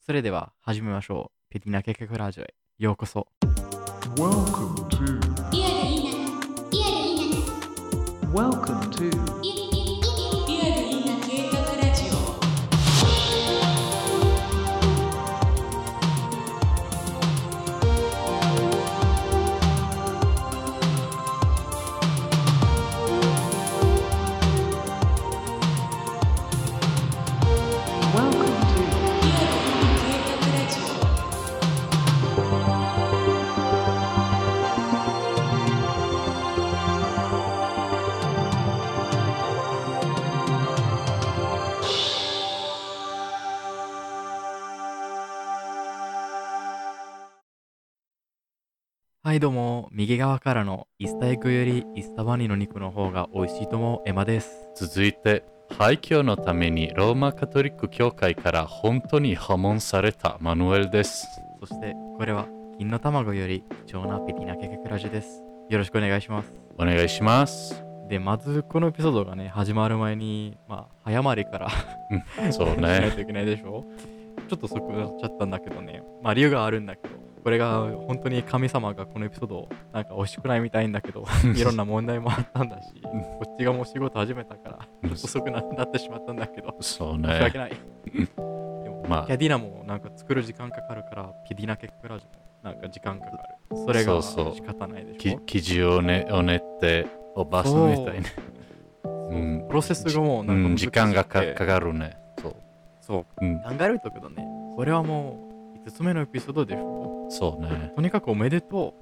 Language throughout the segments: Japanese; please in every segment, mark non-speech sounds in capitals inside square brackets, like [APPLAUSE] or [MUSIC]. それでは始めましょう。ペティナケケクラジオへようこそ。 Welcome to. リアルいいなリアルいいな Welcome to. リアルいいなリアルいいな計画ラジオはいどうも、右側からのイスタエクよりイスタバニの肉の方が美味しいと思うエマです。続いて廃墟のためにローマカトリック教会から本当に破門されたマヌエルですそしてこれは金の卵より貴重なペティナケケクラジオです。よろしくお願いします。お願いしますで、まずこのエピソードがね、始まる前に、まあ、早まりからそうしないねといけないでしょちょっとそこなっちゃったんだけどね。まあ理由があるんだけど。これが本当に神様がこのエピソードをなんか惜しくないみたいんだ [LAUGHS] けど、いろんな問題もあったんだし、こっちがもう仕事始めたから遅くななってしまったんだけど、そう申し訳ねない。でも、まあピャディナもなんか作る時間かかるから、ピャディナケクラジもなんか時間かかる。それがそうそう仕方ないでしきょ。生地をねおねっておばすみたいねうんプロセスがもううなんかん難し時くて間がかかかるねそうそう。うん考えるとけどね、これはもう5つ目のエピソードでしょ。そうねとにかくおめでと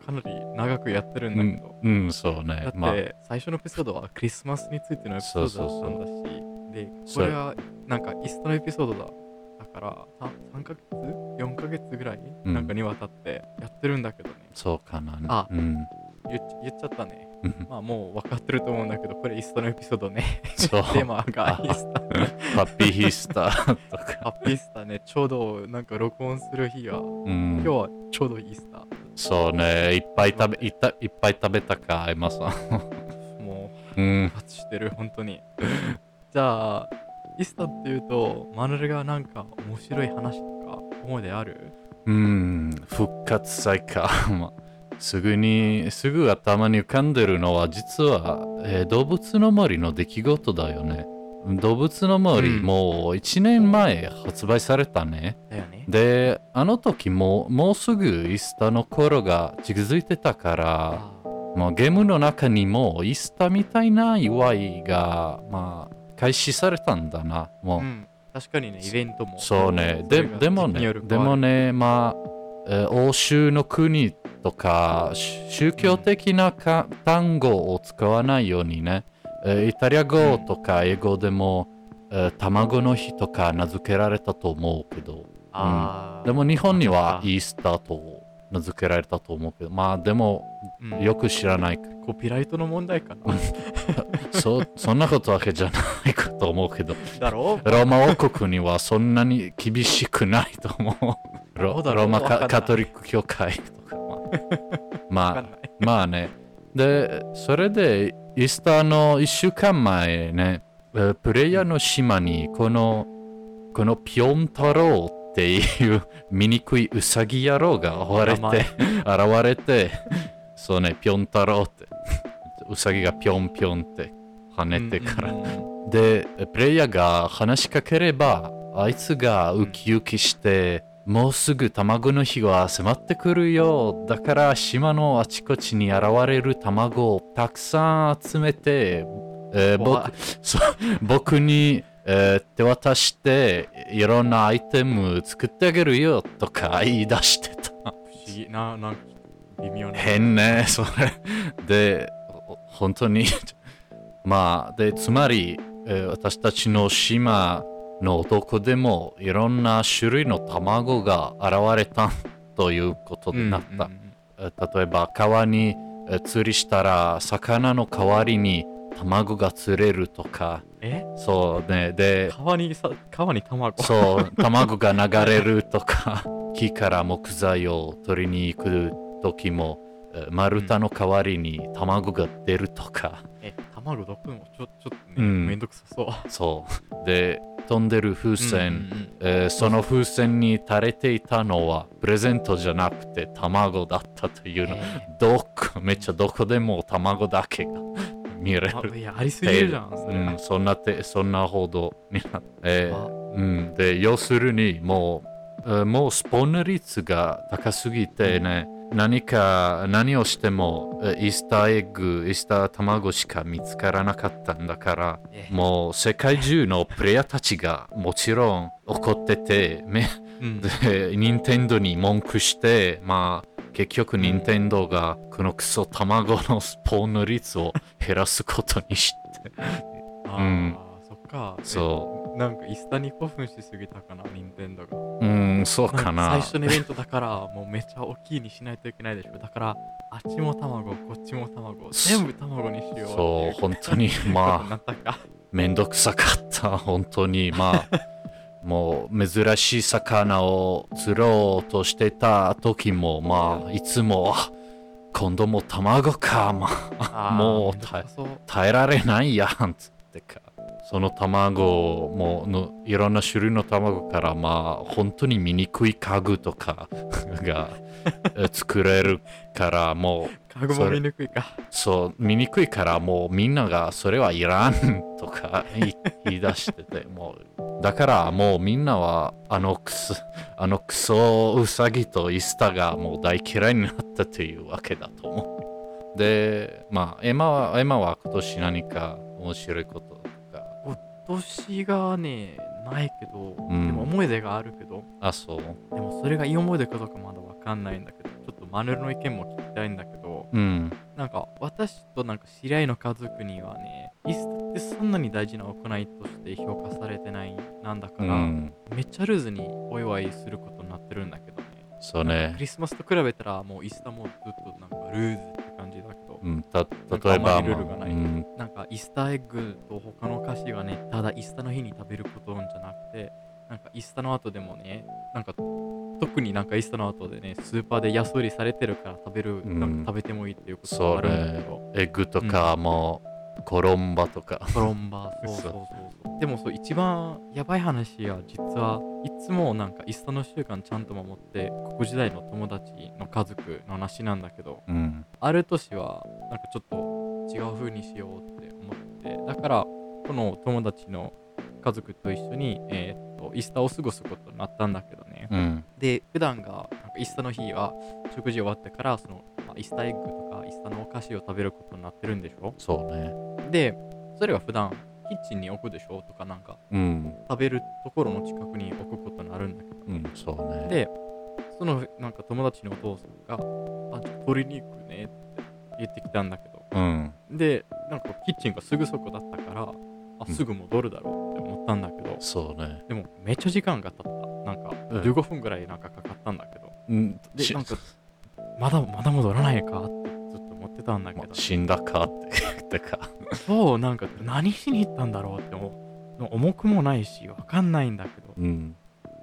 う。かなり長くやってるんだけど。うんそうだねって、まあ最初のエピソードはクリスマスについてのエピソードだったんだし、で、こそうれはなんかイストのエピソードだだから3、3ヶ月 ?4 ヶ月ぐらい、うんなんかにわたってやってるんだけどね。そうかなあうん言っち言っちゃったね。うんまあもう分かってると思うんだけど、これイストのエピソード [LAUGHS] ね。そうテーマがイスタ、ハッピーヒースターとかハッピーイスターね。ちょうどなんか録音する日が、うん今日はちょうどイースター。そうねいっぱい食べいったいっぱい食べたかエマさんもううん復活してる本当に [LAUGHS] じゃあイスタっていうとマヌルがなんか面白い話とか思いであるうーん、復活祭か。まあすぐに、すぐ頭に浮かんでるのは、実は、えー動物の森の出来事だよね。動物の森、うんもう1年前発売されたね。だよねで、あの時も、もうすぐイースターの頃が近づいてたから、あまあ、ゲームの中にもイースターみたいな祝いが、まあ、開始されたんだな。もう、うん確かにねイベントもそうね。でれがでも時期によね、るでもね、まあ、えー欧州の国とか、し宗教的なか、単語を使わないようにね、えーイタリア語とか英語でも、えー卵の日とか名付けられたと思うけど、あー、でも日本にはあイースターと名付けられたと思うけど、まあでもうんよく知らない。コピーライトの問題か [LAUGHS] なそそんなことわけじゃないかと思うけど、だろうローマ王国にはそんなに厳しくないと思う。ロどうだろロうーマわかんなカいカトリック教会とか。わかまんあ、ないまあね。で、それで、イースターの1週間前ね、えープレイヤーの島にこの、このピョン太郎っていう醜いウサギ野郎が現名れて、現れて、そうね、ピョン太郎って、ウサギがピョンピョンって跳ねてからうんうんで、プレイヤーが話しかければ、あいつがウキウキして、もうすぐ卵の日が迫ってくるよ。だから島のあちこちに現れる卵をたくさん集めて、えー怖僕いそう僕に、えー手渡して、いろんなアイテム作ってあげるよとか言い出してた。不思議ななんか微妙な変 [LAUGHS] ね、それ。で、ほ本当に。まあ、で、つまり、えー私たちの島のどこでもいろんな種類の卵が現れたということになった。うんうんえー例えば、川にえー釣りしたら、魚の代わりに卵が釣れるとか、えそうね、で、川にさ川に卵そう、卵が流れるとか、 [LAUGHS] 木から木材を取りに行く時も、えー丸太の代わりに卵が出るとか、え卵どくのもちょちょっとね、うんめんどくさそう。そう。で、飛んでる風船、うんうんえーその風船に垂れていたのはプレゼントじゃなくて卵だったというの。どこ、めっちゃどこでも卵だけが見れうんる。あいや、ありすぎるじゃん、それ。うん、そんなて、そんなほどになって、えーあうん、で、要するに、もう、えーもうスポン率が高すぎてね、何か、何をしても、えーイースターエッグ、イースター卵しか見つからなかったんだから、ええもう世界中のプレイヤーたちがもちろん怒ってて、 [LAUGHS] めうんで、任天堂に文句して、まあ、結局任天堂がこのクソ卵のスポン率を減らすことにして、あうんーそっか。そう。う。なんか、イスタに興奮しすぎたかな、任天堂が。うん、そうなんかな。最初のイベントだから、 [LAUGHS] もうめちゃ大きいにしないといけないでしょ。だから、あっちも卵、こっちも卵、そう全部卵にしようっていそう、う本 [LAUGHS] 当に、ことにまあ、なったか。めんどくさかった、本当に、まあ、もう、珍しい魚を釣ろうとしてた時も、まあ、いつも、あ今度も卵か、まあ、あー [LAUGHS] もめんうどくさそう。耐えられないやん、つってか。その卵もの、いろんな種類の卵から、まあ、本当に醜い家具とかがえ作れるから、もう、カゴも見にくいか。そう、見にくいからもうみんながそれはいらんとか [LAUGHS] 言い言い出してて、もう。だからもうみんなはあのクソ、あのクソウサギとイスタがもう大嫌いになったというわけだと思う。で、まあ、エマは、エマは今年何か面白いこととか、今年がね、ないけど、んでも思い出があるけど、あ、そう。でもそれがいい思い出かどうかまだわかんないんだけど、ちょっとマヌルの意見も聞きたいんだけど、うん。なんか私となんか知り合いの家族にはね、イスタってそんなに大事な行いとして評価されてないなんだうから、ん。めっちゃルーズにお祝いすることになってるんだけどね。そうクね。リスマスと比べたらもうイスタもずっとなんかルーズって感じだけど、うん、たなんか例えば、あんまりルールがないうん、なんかイスターエッグと他のお菓子がね、ただイスタの日に食べることんじゃなくて、なんかイスタの後でもね、なんか特になんかイスタの後でね、スーパーで安売りされてるから食べる、うんなんか食べてもいいっていうことがあるんだけど、エッグとか、もう、コロンバとか。コロンバ、そう嘘そうそうそう。でもそう、一番やばい話は、実はいつもなんかイスタの習慣ちゃんと守って、ここ時代の友達の家族の話なんだけど、うん。ある年はなんかちょっと違う風にしようって思っててだからこの友達の家族と一緒に、えーっとイスターを過ごすことになったんだけどね、うん。で普段がなんかイスタの日は食事終わってからその、まあイスターエッグとかイスタのお菓子を食べることになってるんでしょそうね。でそれは普段キッチンに置くでしょとかなんかうん、食べるところの近くに置くことになるんだけどうん、そうね。で、そのなんか友達のお父さんが、あ、ちょっと取りに行くねって言ってきたんだけど、うん、で、なんかキッチンがすぐそこだったから、あ、うんすぐ戻るだろうって思ったんだけど、そうね。でもめっちゃ時間が経った。なんかうん15分ぐらいなんかかかったんだけど、うん、で、しなんか、まだまだ戻らないかってずっと思ってたんだけまど、死んだかって、 [LAUGHS] てか。そう、なんか何しに行ったんだろうって思う。重くもないし、わかんないんだけど、うん、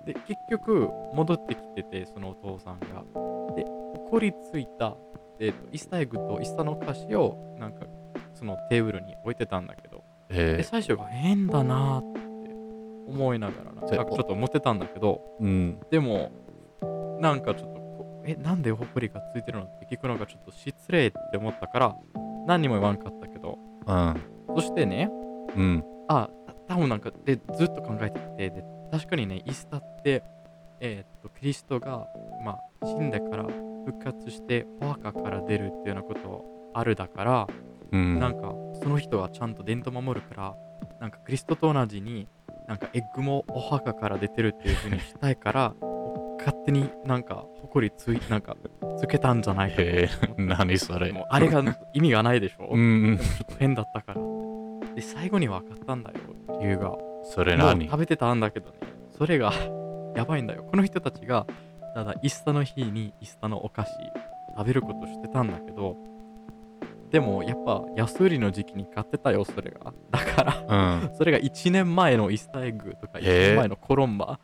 で結局戻ってきててそのお父さんがで怒りついた、えーとイスターエッグとイスタの菓子をなんかそのテーブルに置いてたんだけどでえ最初が変だなーって思いながらなんかでちょっと思ってたんだけどー、うん、でもなんかちょっとこえなんでほこりがついてるのって聞くのがちょっと失礼って思ったから何にも言わんかったけどうん、そしてねうん、あ、た多分なんか、で、ずっと考えてて、で、確かにね、イースターって、えーっと、キリストが、まあ、死んだから復活して、お墓から出るっていうようなことあるだから、うん、なんか、その人はちゃんと伝統守るから、なんか、キリストと同じに、なんか、エッグもお墓から出てるっていう風にしたいから、勝手になんか、誇りつい、なんか、つけたんじゃないかと思ってえー、何それ。もうあれが意味がないでしょ、ちうん、ょっと変だったからって。で、最後に分かったんだよ、理由が。それもう何食べてたんだけどねそれがやばいんだよこの人たちがただイスタの日にイスタのお菓子食べることしてたんだけどでもやっぱ安売りの時期に買ってたよそれがだからうん、それが1年前のイスターエッグとかへえ1年前のコロンバ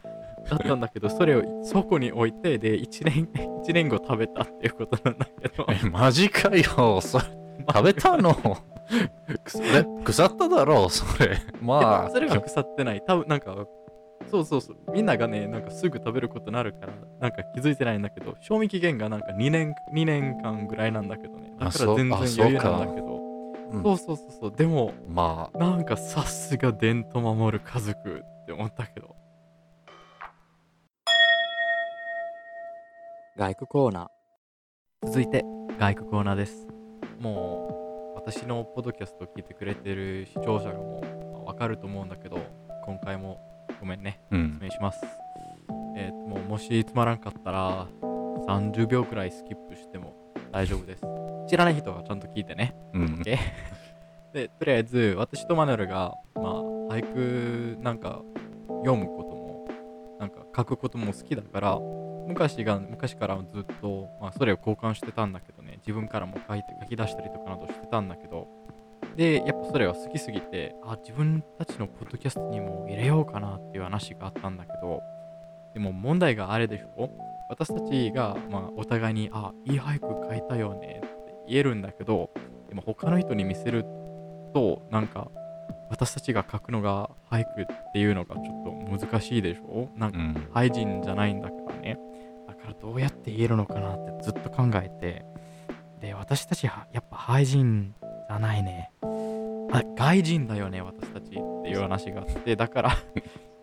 だったんだけど、それをそこに置いてで1年 ,1 年後食べたっていうことなんだけど [LAUGHS] え、マジかよ、それ、食べたの腐れ腐っただろう、それ。まあ、それは腐ってない多分なんかそうそうそうみんながねなんかすぐ食べることになるからなんか気づいてないんだけど賞味期限がなんか2年2年間ぐらいなんだけどねだあかそらう全然あ余そう裕かなんだけどうんそうそうそうそうでもまあ、なんかさすが伝統守る家族って思ったけど外区コーナー続いて外区コーナーですもう私のポッドキャストを聞いてくれてる視聴者がもうわかると思うんだけど今回もごめんねうん説。明しますえーともうもしつまらんかったら30秒くらいスキップしても大丈夫です知らない人はちゃんと聞いてねうんえでとりあえず私とマヌルが、まあ、俳句なんか読むこともなんか書くことも好きだから昔が昔からずっと、まあ、それを交換してたんだけどね自分からも書いて書き出したりとかなどしてたんだけどでやっぱそれは好きすぎてあ自分たちのポッドキャストにも入れようかなっていう話があったんだけどでも問題があれでしょ私たちが、まあ、お互いに「あいい俳句書いたよね」って言えるんだけどでも他の人に見せるとなんか私たちが書くのが俳句っていうのがちょっと難しいでしょなんうかん。俳人じゃないんだからねだからどうやって言えるのかなってずっと考えてで私たちはやっぱ俳人じゃないねあ外人だよね私たちっていう話があってだから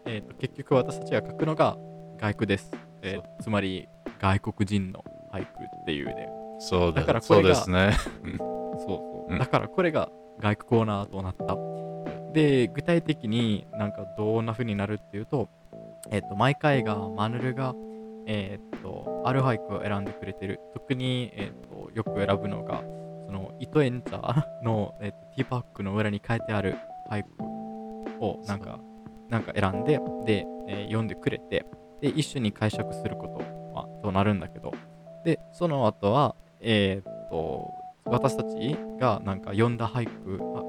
えーと結局私たちが書くのが外句です、えーつまり外国人の俳句っていうねそうだからだ、こそれうでがすね。そうそう、うんだからこれが外区コーナーとなったで具体的になんかどんな風になるっていうと,、えっと毎回がマヌルがえっとある俳句を選んでくれてる特に、えっとよく選ぶのがその糸エンター [LAUGHS] の、えっとティーパックの裏に書いてある俳句をなんかなんか選んでで、えー読んでくれてで一緒に解釈すること、まあ、となるんだけどでその後はえーっと私たちがなんか読んだ俳句あ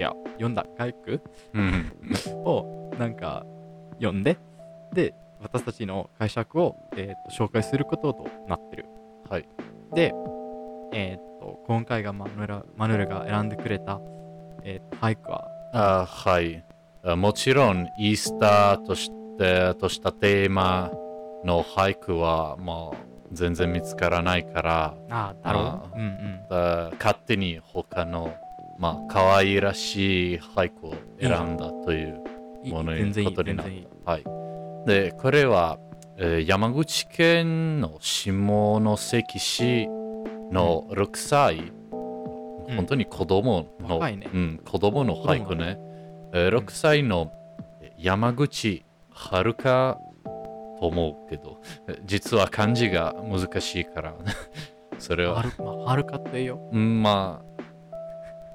違う読んだ俳句うん。をなんか読んでで私たちの解釈を、えーっと紹介することとなってるはい。で、えーっと今回がマヌラマヌルが選んでくれた、えーっと俳句はあはい。あもちろん、イースターとしてとしたテーマの俳句はもう全然見つからないから、ああだろあーううんうんあ勝手に他の、まあ、可愛らしい俳句を選んだといういいもの全然いいこと全になった然いいはい。で、これは、えー山口県の下関市の6歳、うん本当に子供の、若いねうん、子供の俳句ね、えー6歳のえー山口遥かと思うけど、えー実は漢字が難しいから、 [LAUGHS] それはは、るまあはるかって [LAUGHS] ようん、まあ、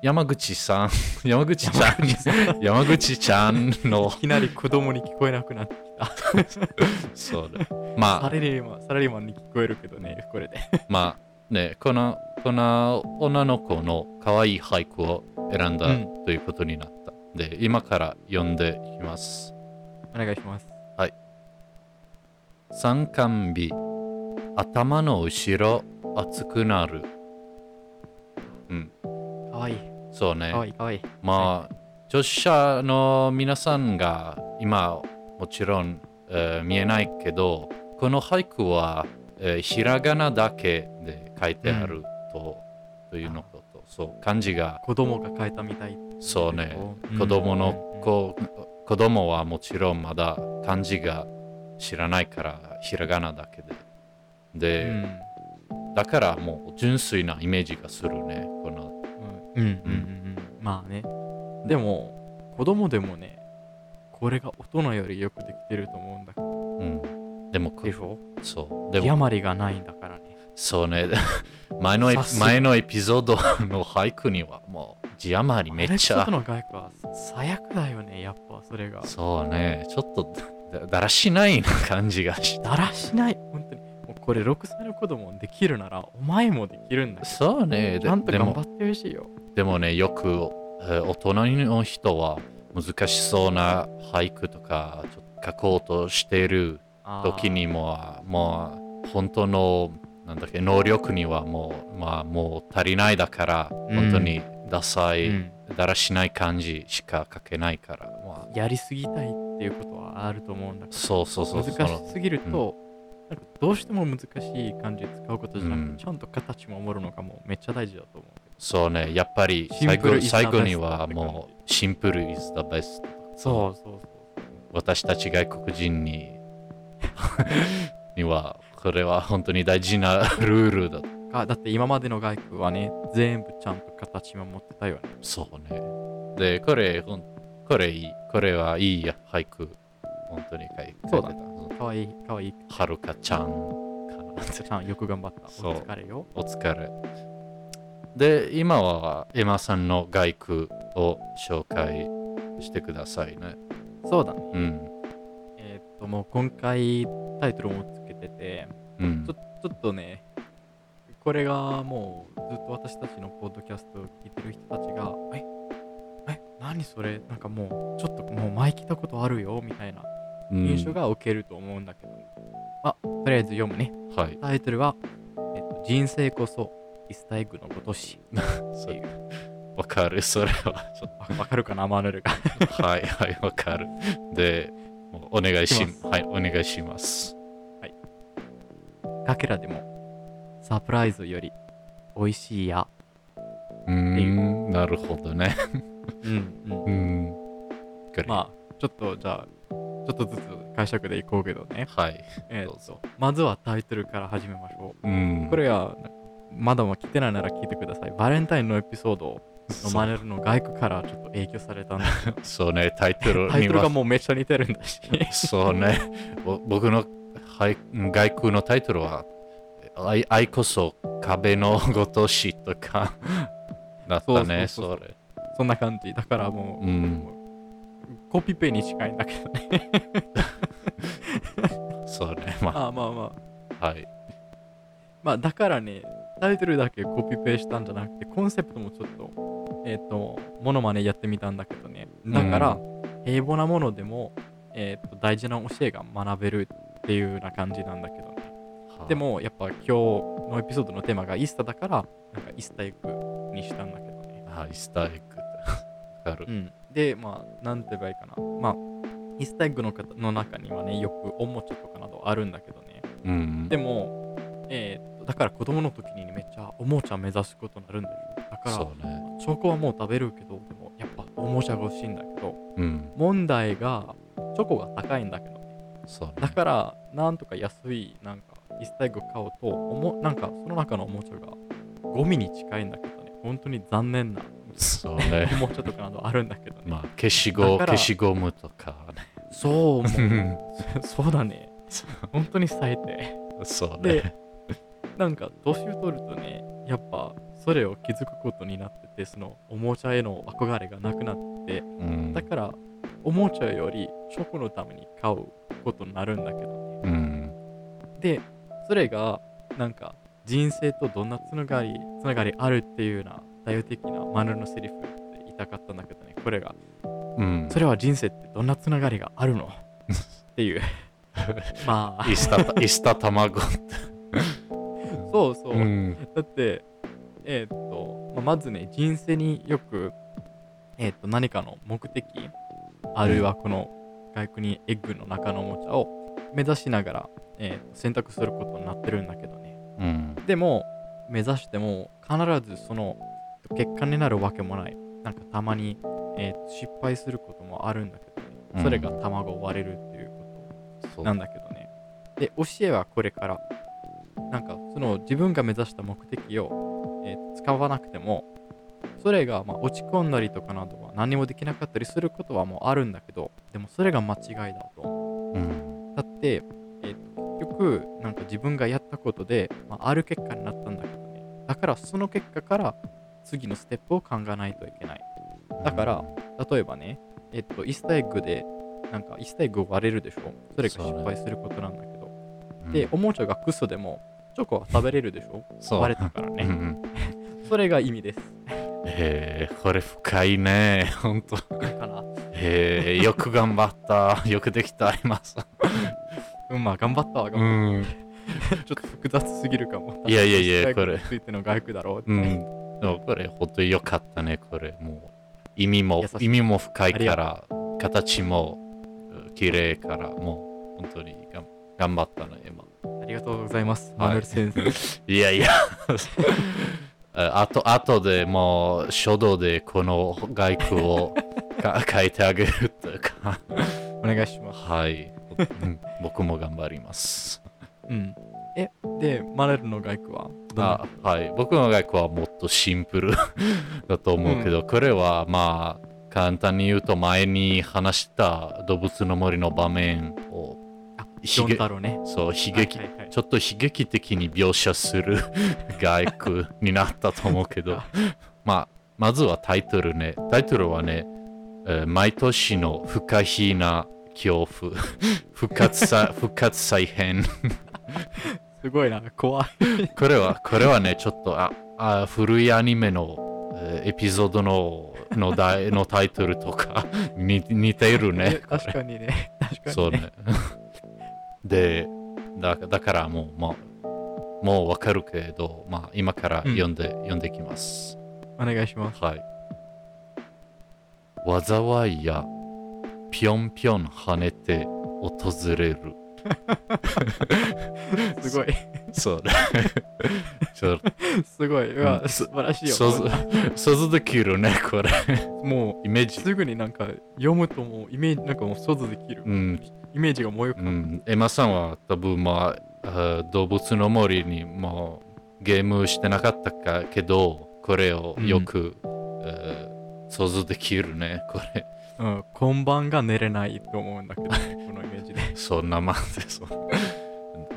山口さん、 [LAUGHS] 山口ちゃん、山口ちゃんい、のきなり子供に聞こえなくなってきたそうだ。まあサ、ラリーマン、サラリーマンに聞こえるけどね、これで。まあね、この、この女の子の可愛い俳句を選んだうんということになった。で、今から読んでいきます。お願いします。三冠日、頭の後ろ熱くなる。かわいい、そうね。かわいい、かわいい。まあ、著者の皆さんが今もちろん、えー見えないけどこの俳句は、えーひらがなだけで書いてあると,、というのことそう漢字が子供が変えたみたい。そうねうん子供の子,、子供はもちろんまだ漢字が知らないからひらがなだけでうん。うで、ん。だからもう純粋なイメージがするねこのうん。うん。うん。まあね。でも、子供でもね、これが大人よりよくできてると思うんだけど。うんでもこでしょそうでもやまりがないんだからね。そうね。 [LAUGHS] 前のエさすが前のエピソードの俳句にはもう字余りめっちあれ外ゃ。の外貨は最悪だよね、やっぱそれが。そうね。ちょっとだだらしない感じがし [LAUGHS] だらしない、本当に。もうこれ6歳の子供できるなら、お前もできるんだた。けど。そうね。ちでゃんとで頑張もってほしいよ。でもね、よく、えー大人の人は難しそうな俳句とかちょっと書こうとしているあー時にも、もう本当のなんだっけ能力にはもう,、まあ、もう足りないだから、うん本当にダサい、うんだらしない感じしか書けないから、まあ、やりすぎたいっていうことはあると思うんだけそうそうそどう難そのしすぎると、なんかどうしても難しい感じで使うことじゃなくて、うんちゃんと形守るのがもうめっちゃ大事だと思うそうね、やっぱりシン最プル後 is the 最後に best はって感じもうシンプル is the best。そうそうそう私たち外国人に [LAUGHS] にはこれは本当に大事なルールだ。あだって今までの外国はね、全部ちゃんと形守ってたよね。そうね。で、これ、ほんこれいい。これはいいや俳句。本当に書いてそうだねんかわいい、かわいい。はるかちゃんかな。ちゃん、よく頑張った。そうお疲れよ。お疲れ。で、今はエマさんの外句を紹介してくださいね。そうだね。うん。えーっと、もう今回タイトルもつけてて、うんちょ。ちょっとね、これがもうずっと私たちのポッドキャストを聞いてる人たちが、ええ何それなんかもう、ちょっともう前聞いたことあるよみたいなうん印象が受けると思うんだけど。あ、とりあえず読むね。はい。タイトルは、えっと、人生こそイスタイグのごとし。そていうわかる、それ [LAUGHS] は。ちょっわわかるかな、マヌルが。 [LAUGHS] とはい、はい、わかる。で、もうお願いしいきますはい、お願いします。かけらでも、サプライズより、美味しいや。うーん、なるほどね。うん、うーん。これまあ、ちょっと、じゃあ、ちょっとずつ解釈でいこうけどね。はい、えどーうぞ。まずはタイトルから始めましょうんう。これは、まだも聞いてないなら聞いてください。バレンタインのエピソードのマネルの外区からちょっと影響されたんで、そうね、タイ [LAUGHS] トルタイにトルがは。もうめっちゃ似てるんだし。そうね、ぼ僕の俳外空のタイトルは、愛愛こそ壁のごとしとか、 [LAUGHS] だったね、そうそそうれ。そんな感じ。だからもう、うん、コピペに近いんだけどね。そうね、まああまあまあ。あ、はい。まあだからね、タイトルだけコピペしたんじゃなくて、コンセプトもちょっと、えっ、と、モノマネやってみたんだけどね。だから、平凡なものでも、えっ、と、大事な教えが学べるっていうような感じなんだけどね。で、も、やっぱ今日のエピソードのテーマがイスタだから、なんかイスタエッグにしたんだけどね。はい、イスターエッグ。わかるう。ん。で、まあ、なんて言えばいいかな。まあ、イスタエッグの方の中にはね、よくおもちゃとかなどあるんだけどね。うん。でも、えーっとだから子供の時にめっちゃおもちゃ目指すことになるんだよ。だから、そうね。チョコはもう食べるけど、でもやっぱおもちゃが欲しいんだけど、うん。問題がチョコが高いんだけど、そうね。だから、なんとか安い、なんか、イスタエッグ買うと、おもなんか、その中のおもちゃがゴミに近いんだけどね、本当に残念なそうお [LAUGHS] ね。もちゃとかなどあるんだけどね。まあ、消しゴだから消しゴムとかそう、もね。う [LAUGHS] そうだね。本当に冴えて。 [LAUGHS] そうねで。なんか年を取るとねやっぱそれを気づくことになっててそのおもちゃへの憧れがなくなってうんだからおもちゃよりチョコのために買うことになるんだけどねうん。でそれがなんか人生とどんなつながりつながりあるっていうような代表的なマヌルのセリフって言いたかったんだけどねこれがうん。それは人生ってどんなつながりがあるのっていうまあイスタ、イスタ卵。そうそう、うん。だって、えーっと、まあまずね、人生によく、えーっと、何かの目的、あるいはこの外国にエッグの中のおもちゃを目指しながら、えーっと選択することになってるんだけどね。うん。でも、目指しても必ずその結果になるわけもない。なんかたまに、えーっと失敗することもあるんだけどうね。んそれが卵を割れるっていうこと。そうなんだけどね。で、教えはこれから、なんかその自分が目指した目的を、えー使わなくても、それがまあ落ち込んだりとかなどは何もできなかったりすることはもうあるんだけど、でもそれが間違いだと思うん。う。だって、えー結局、なんか自分がやったことで、まあ、ある結果になったんだけどね。だからその結果から次のステップを考えないといけない。だから、例えばね、えっと、イースターエッグで、なんかイースターエッグを割れるでしょそれが失敗することなんだけど。うん、で、おもちゃがクソでも、チョコは食べれるでしょそう割れたからうんうね。んそれが意味です。へえ、これ深いね。ほんと。かな。へえ、 [LAUGHS] よく頑張った。よくできた、今さ。うん、まあ、頑張ったわ、うん。ちょっと複雑すぎるかも。いやいやいや大学これについての外句だろうって。うん。でもこれ、ほんとよかったね、これ。もう、意味も優し、い意味も深いかありら、形も、うん綺麗から、もう、本当にがん頑張ったね、今。ありがとうございます、マヌル先生。いやい [LAUGHS] や。ああと、あとでもう、書道でこの外句を [LAUGHS] か書いてあげるというか。お願いします。はい。うん僕も頑張ります。うん。え、で、マヌルの外句はどんなあはい、僕の外句はもっとシンプル [LAUGHS] だと思うけど、これはまあ簡単に言うと前に話した動物の森の場面をあひジョンげ太郎ね。そう悲劇、はいはいはいちょっと悲劇的に描写する [LAUGHS] 外句になったと思うけどまあまずはタイトルねタイトルはね、えー毎年の不可避な恐怖 [LAUGHS] 復活さ [LAUGHS] 復活再編 [LAUGHS] すごいな、怖い。これは、これはね、ちょっと、あ、あ古いアニメの、えーエピソードの、の題、のタイトルとか、 [LAUGHS] に似ているね。こ確かにね。確かに、れね。そうね。で、だだからもう、もう、もうわかるけど、まあ、今から読んで、読んできます。お願いし [LAUGHS] ます。 [LAUGHS] はい。災いや、ぴょんぴょん跳ねて訪れる。すごい。そうね。ちょっとすごい。うわ、うん素晴らしいよ。想像、想像できるね、これ。もイメーう、ジすぐになんか読むともうイメージ、なんかもう想像できる。うん、イメージがもうよくうなる。ん、エマさんは多分まああー動物の森にもうゲームしてなかったかけどこれをよく、えー想像できるねこれうん、今晩が寝れないと思うんだけど、このイメ [LAUGHS] ージで。そんなもんでそう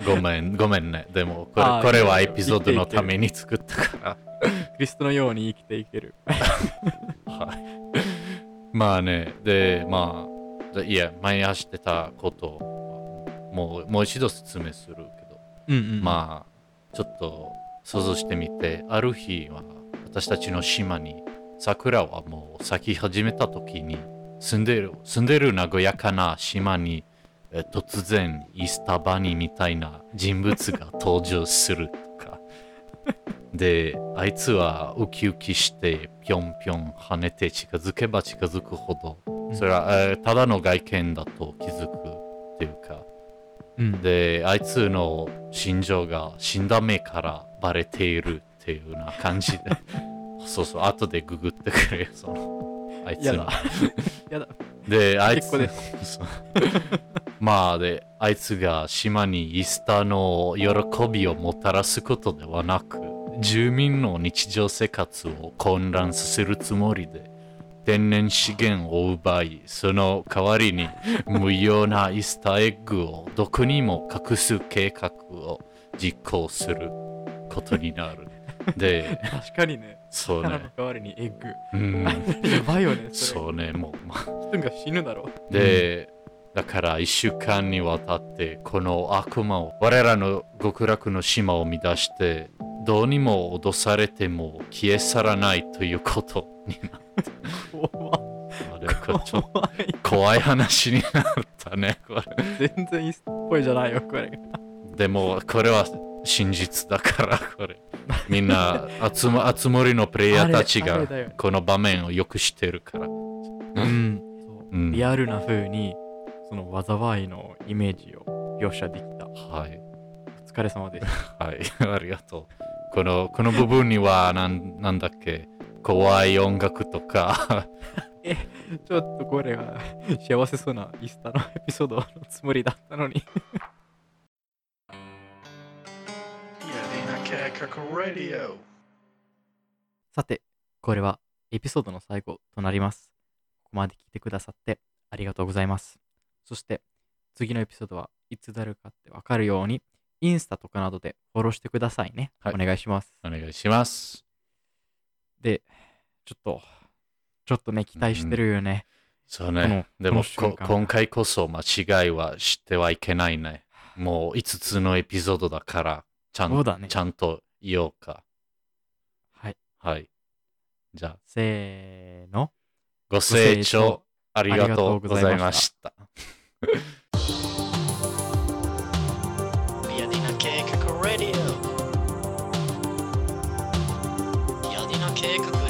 ごめんごめんねでもこれあーこれはいエいよピソードのために作ったからキリストのように生きていける。はい。まあね、で、まあ、でいや、前に走ってたことをもう、もう一度説明するけど、うんうん。まあ、ちょっと想像してみて、ある日は私たちの島に桜はもう咲き始めた時に、住んでる、住んでる和やかな島に、え突然、イースターバニーみたいな人物が登場するとか。 [LAUGHS] で、あいつはウキウキして、ぴょんぴょん跳ねて近づけば近づくほど、それは、えーただの外見だと気づくっていうか、うん、で、あいつの心情が死んだ目からバレているっていうような感 [LAUGHS] じで、そうそう、後でググってくれよ、その、あいつやのだ。やだ。で、あい結つ構で、そうまあで、あいつが島にイースターの喜びをもたらすことではなく、住民の日常生活を混乱させるつもりで、天然資源を奪い、その代わりに無用なイースターエッグをどこにも隠す計画を実行することになる。で、確かにね。そ [LAUGHS] う花のね。代わりにエッグ。うん、やばいよね。それそうね、もう、まあ人が死ぬだろで、だから1週間にわたってこの悪魔を我らの極楽の島を乱してどうにも脅されても消え去らないということになっう。怖たのでこれちょっとい。怖い話になったねこれ全然いいっぽいじゃないよ、これ。でもこれは真実だからこれみんな集ま集まりのプレイヤーたちあれがあれだよこの場面をよく知ってるからうん。うリんアルな風に、その災いのイメージを描写できた。おはい疲れ様です。はい、 [LAUGHS] ありがとう。この、この部分には、なん、なんだっけ、怖い音楽とか、 [LAUGHS] ちょっとこれは [LAUGHS] 幸せそうなイスタのエピソードのつもりだったのに。 Yelena Kekaku Radio. さて、これはエピソードの最後となります。ここまで聞いてくださってありがとうございます。そして、次のエピソードはいつ誰かってわかるように、インスタとかなどでフォローしてくださいね。はいお願いします。お願いします。で、ちょっと、ちょっとね、期待してるよね。そうこねの。でこもの瞬こ間、今回こそ間違いは知ってはいけないね。もう5つのエピソードだから、ちゃんそうだねちゃんと言おうか。はい。はい。じゃあ、せーの。ご清ご清聴聴ありがとうござあいりがとうございままし。した Yelena 計画 Radio やりな計画